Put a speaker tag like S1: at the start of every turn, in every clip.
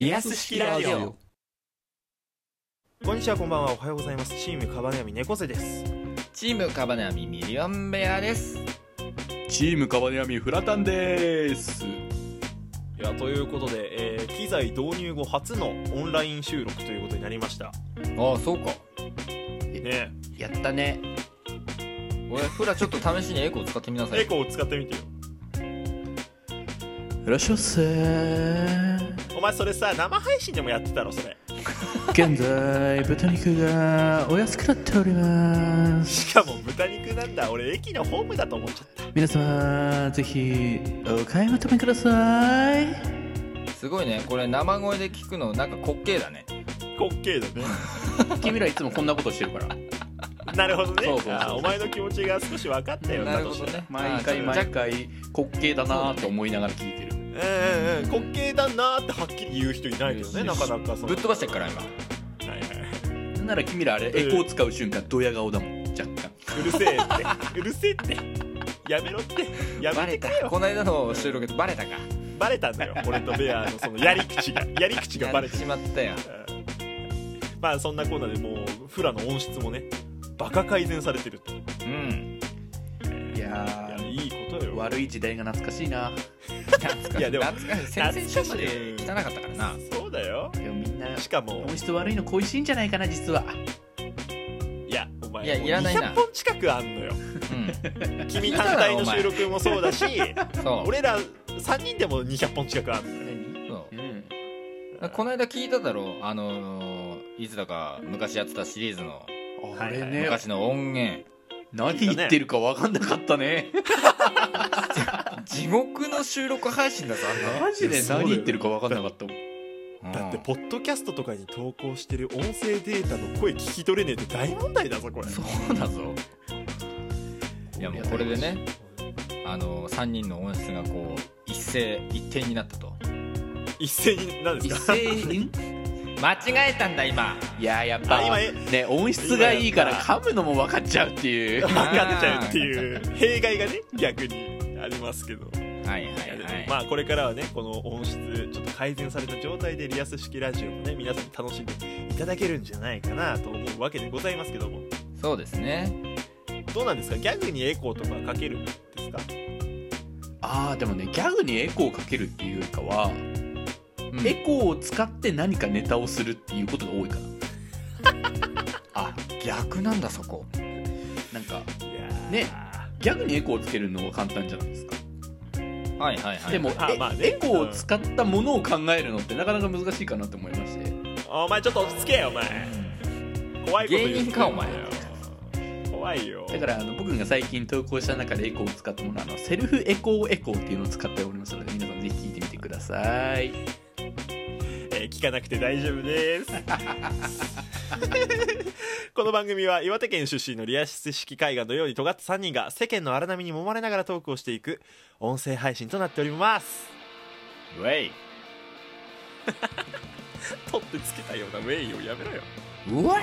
S1: リアス式ラジオ
S2: こんにちは、こんばんは、おはようございます。チームカバネアミ猫背です。
S3: チームカバネアミミリオンベアです。
S1: チームカバネアミフラタンです
S2: いや、ということで、えー機材導入後初のオンライン収録ということになりました。
S3: ああ、そうか。
S2: ね
S3: やったね。俺、フラちょっと試しにエコー使ってみなさ
S2: え、エ
S3: い。
S2: コーを使ってみてよ。
S1: いらっしゃいませ
S2: お前それさ、生配信でもやってたろ、それ。
S1: 現在豚肉がお安くなっております
S2: しかも豚肉なんだ。俺、駅のホームだと思っちゃった。
S1: 皆様ぜひお買い求めください
S3: すごいね。これ生声で聞くの、なんか滑稽だね。
S2: 滑稽だ ね。
S4: 君らいつもこんなことしてるから
S2: なるほどね。
S4: そうそうそう
S2: あーお前の気持ちが少し分かったよ
S3: なるほどね。
S4: 毎回
S3: あーちょっ
S4: 毎回滑稽だなーって思いながら聞いてる
S2: うんうんうん。滑稽だなーってはっきり言う人いないけどね、なかなかそ
S3: と
S2: の。
S3: ぶっ飛ばしてっから、
S2: はい
S3: 今。
S2: はい
S4: なんなら君らあれエコー使う瞬間ドヤ顔だもん若干
S2: うるせえって。うるせえって。やめろって。や
S3: バ
S2: め
S3: レ
S2: て
S3: た
S2: くれ。よ。
S3: この間の収録でバレたか。
S2: バレたんだよ俺とベアのそのやり口がやり口がバレ
S3: やってちまったよ。
S2: うんまあそんなコーナーでもうフラの音質もねバカ改善されてるってい
S3: うん。
S4: いや
S2: やいいこと
S4: ー
S2: よ
S4: 悪い時代が懐かしいな
S3: 懐かし
S2: い
S3: い。
S2: やでも
S3: 懐かしい。先々週まで汚かったからな。
S2: そうだよ
S4: でもみんな
S2: しかも
S4: 音質悪いの恋しいんじゃないかな実はい
S2: やお前
S3: いや
S2: もう
S3: いらないな
S2: 200本近くあんのよ
S3: うん。
S2: 君単体の収録もそうだ し
S3: そう。
S2: 俺ら3人でも200本近くあんの
S3: そう
S4: うん
S3: この間聞いただろうあのーいつだか昔やってたシリーズの
S4: あれ
S2: はい
S4: ね
S3: 昔の音源
S4: 何言ってるか分かんなかったね
S3: 地獄の収録配信だぞあんな
S4: マジで何言ってるか分かんなかったもん
S2: だってポッドキャストとかに投稿してる音声データの声聞き取れねえって大問題だぞこれ
S4: そうだぞ
S3: うんいやもうこれでねあの3人の音質がこう一斉一定になったと
S2: 一斉に何です
S4: 一
S2: か
S4: 斉に
S3: 間違えたんだ今
S4: いややっぱ
S2: あ今え
S4: ね音質がいいから噛むのも分かっちゃうっていう
S2: 分かっちゃうっていう弊害がね逆にありますけど、
S3: はいはいはい
S2: まあこれからはねこの音質ちょっと改善された状態でリアス式ラジオもね皆さんに楽しんでいただけるんじゃないかなと思うわけでございますけども
S3: そうですね
S2: どうなんですかギャグにエコーとかかけるんですか
S4: ああでもねギャグにエコーをかけるっていうよりかは、
S3: うん
S4: エコーを使って何かネタをするっていうことが多いか
S3: あ逆なんだそこ
S4: ななんか
S2: いやー
S4: ねギャグにエコーをつけるのは簡単じゃないですか、
S3: はいはいはい
S4: でも、
S2: あ
S4: え
S2: まあね
S4: エコーを使ったものを考えるのってなかなか難しいかなと思いまして
S2: お前ちょっと落ち着けよお前怖いこと言う
S3: 芸人かお前
S2: 怖いよ
S4: だからあの僕が最近投稿した中でエコーを使ったものはあのセルフエコーエコーっていうのを使っておりますので皆さんぜひ聞いてみてください
S2: えー聞かなくて大丈夫です この番組は岩手県出身のリアス式海岸のように尖った3人が世間の荒波に揉まれながらトークをしていく音声配信となっております
S3: ウェイ
S2: 取ってつけたようなウェイをやめろよ
S3: ウェイ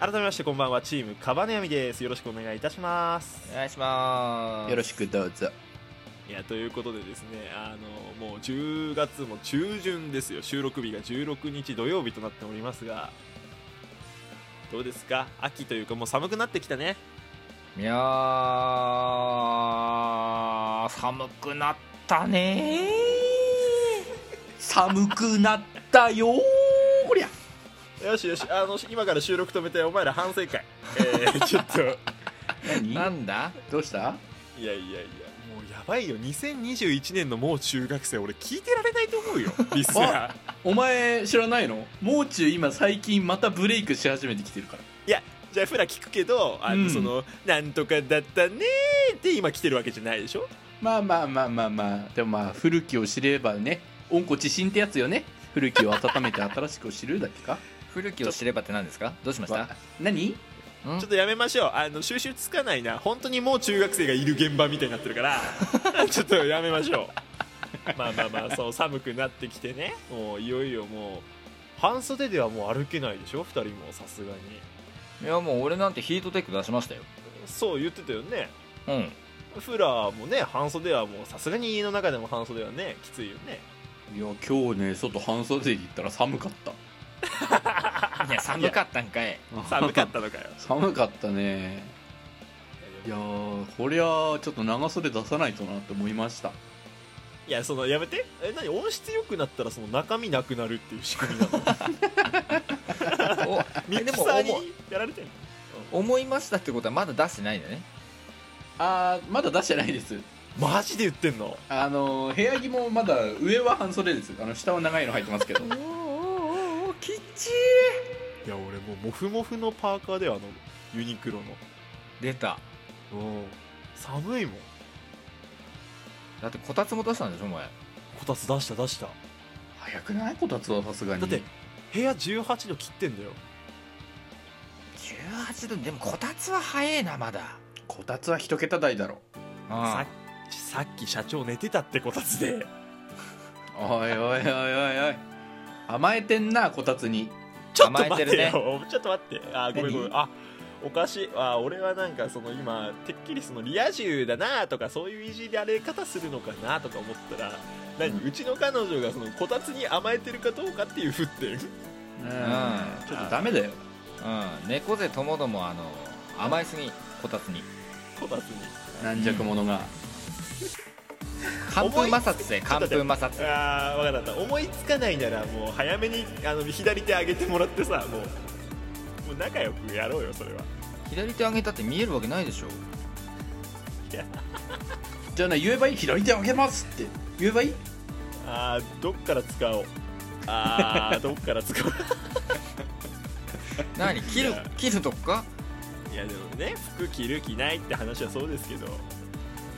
S2: 改めましてこんばんはチームカバネヤミですよろしくお願いいたします
S3: お願いします
S4: よろしくどうぞ
S2: いやということでですねあのもう10月も中旬ですよ収録日が16日土曜日となっておりますがどうですか秋というかもう寒くなってきたね
S3: いやー寒くなったね
S4: 寒くなったよーこりゃ
S2: よしよしあの今から収録止めてお前ら反省会え ー、ちょっとい
S4: 何
S3: なんだ
S4: どうした
S2: やいやいやもうやばいよ2021年のもう中学生俺聞いてられないと思う よリスナー
S4: お前知らないのもう中今最近またブレイクし始めてきてるから
S2: じゃあフラ聞くけどあの、
S4: うん
S2: そのなんとかだったねーって今来てるわけじゃないでしょ
S4: まあまあまあまあまあでもまあ古きを知ればね温故知新ってやつよね古きを温めて新しくを知るだっけか
S3: 古きを知ればって何ですか どうしました
S4: わ何
S3: ん
S2: ちょっとやめましょうあの収集つかないな本当にもう中学生がいる現場みたいになってるから ちょっとやめましょうまあまあまあそう寒くなってきてねもういよいよもう半袖ではもう歩けないでしょ2人もさすがに
S3: いやもう俺なんてヒートテック出しましたよ
S2: そう言ってたよね
S3: うん
S2: フラもね半袖はもうさすがに家の中でも半袖はねきついよね
S4: いや今日ね外半袖で行ったら寒か った
S3: いや寒かったんかい
S2: 寒かったのかよ
S4: 寒かったねい
S2: い
S4: や
S2: や
S4: ーこりゃあちょっと長袖出さないとなって思いました
S2: いやそのやめてえ何音質良くなったらその中身なくなるっていう仕組み なの
S3: お
S2: ミキ
S3: で
S2: サ
S3: も
S2: ーに
S3: 思
S2: やられてんの
S3: 思いましたってことはまだ出してないんだね
S4: あーまだ出してないです
S2: マジで言ってんの
S4: あのー部屋着もまだ上は半袖ですあの下は長いの入ってますけど
S3: おおおきっち
S2: いや俺もうモフモフのパーカーであのユニクロ
S3: 出た
S2: のうん寒いもん
S3: だってこたつも出したんでしょお前
S2: こたつ出した出した
S4: 早くないこたつはさすがに
S2: だって部屋18度切ってんだよ
S3: 18度でもこたつは早えなまだ
S4: こたつは一桁台だろ
S3: あ
S2: ささっき社長寝てたってこたつで
S4: おいおいおいおいおい甘えてんなこたつに
S2: ちょっと待ってよ、
S3: 甘え て
S2: ちょっと待ってあごめんごめんあおかしいあ俺はなんかその今てっきりそのリア充だなとかそういういじられ方するのかなとか思ったら何、うちの彼女がそのこたつに甘えてるかどうかっていう沸点
S4: うん
S3: ん
S4: ちょっとダメだよ
S3: うん猫背ともどもあの甘いすぎこたつに
S2: こたつに
S4: 軟弱者が、
S3: 寒風摩擦で寒風摩擦
S2: ああ分かった分かった思いつかないならもう早めにあの左手上げてもらってさもうもう仲良くやろうよそれは
S3: 左手上げたって見えるわけないでしょ
S4: じゃあね言えばいい左手上げますって言えばいい
S2: あーどっから使おうあーどっから使おう
S3: 何切る
S2: いや
S3: 切るとこか
S2: いやでもね服着る着ないって話はそうですけど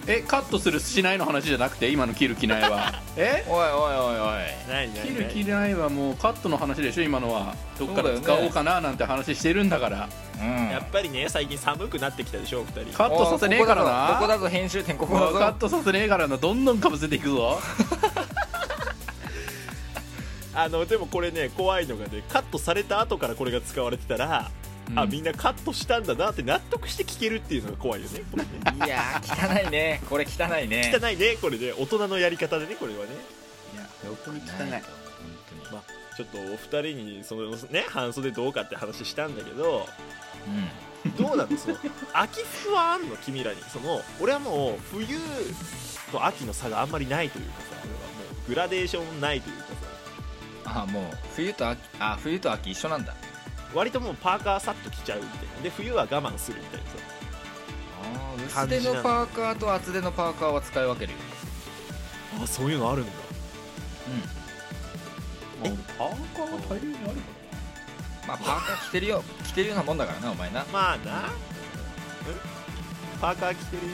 S4: えカットするしないの話じゃなくて今の切る着ないはえ
S3: おいおいおいおい
S2: ないないない
S4: 切る着ないはもうカットの話でしょ今のはどっか
S3: そうだ
S4: ら
S3: よね
S4: 使おうかななんて話してるんだから
S3: うん
S2: やっぱりね最近寒くなってきたでしょお二人
S4: カットさせねえからな
S3: おいここだぞここだぞ編集点ここだぞ
S4: カットさせねえからなどんどんかぶせていくぞ
S2: あのでもこれね怖いのがねカットされた後からこれが使われてたら、
S4: うん
S2: あみんなカットしたんだなって納得して聞けるっていうのが怖いよねこれね
S3: いやー汚いねこれ汚いね
S2: 汚いねこれね大人のやり方でねこれはね
S4: いや本当に
S3: ないと
S2: まあちょっとお二人にそのね半袖どうかって話したんだけど
S3: 本当にう
S2: ど
S3: ん
S2: うなのその秋服はあんの君らにその俺はもう冬と秋の差があんまりないというかさ俺はもうグラデーションないというかさ
S3: あもう冬と秋あ冬と秋一緒なんだ
S2: 割ともうパーカーさっと着ちゃうみたいなで冬は我慢するみたいなさ
S3: あ
S2: 感
S3: 薄
S2: じ
S3: 手
S2: なんだ
S3: のパーカーと厚手のパーカーは使い分けるよ
S2: あそういうのあるんだ
S4: もうパーカーが大量にあるか
S3: まあパーカー着てるよ着てるようなもんだからなお前な
S2: まあなパーカー着てるよ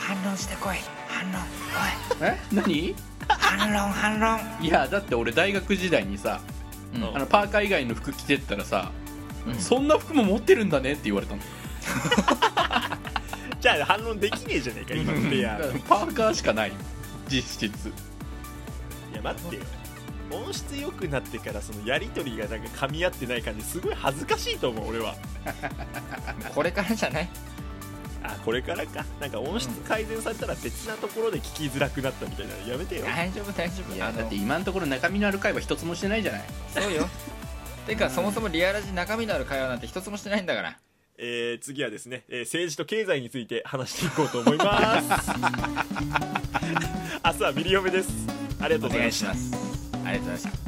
S3: 反論してこい反論
S4: らえ何
S3: 反論反論
S4: いやだって俺大学時代にさ
S3: うん
S2: うん
S4: あのパーカー以外の服着てったらさ、
S3: うん
S4: そんな服も持ってるんだねって言われたの
S2: うなじゃあ反論できねえじゃねえか今のプレイヤ
S4: だ
S2: ー
S4: からパーカーしかない実質
S2: いや待ってよ音質良くなってからそのやり取りがなんか噛み合ってない感じすごい恥ずかしいと思う俺は
S3: これからじゃない
S2: あこれからかなんか音質改善されたら別なところで聞きづらくなったみたいなのやめてよ
S3: 大丈夫大丈夫あの
S4: 今のところ中身のある会話一つもしてないじゃない
S3: そうよてかそもそもリアラジ中身のある会話なんて一つもしてないんだから
S2: えー、次はですね、えー政治と経済について話していこうと思います明日はミリオメですありがとうございました
S3: すありがとうございました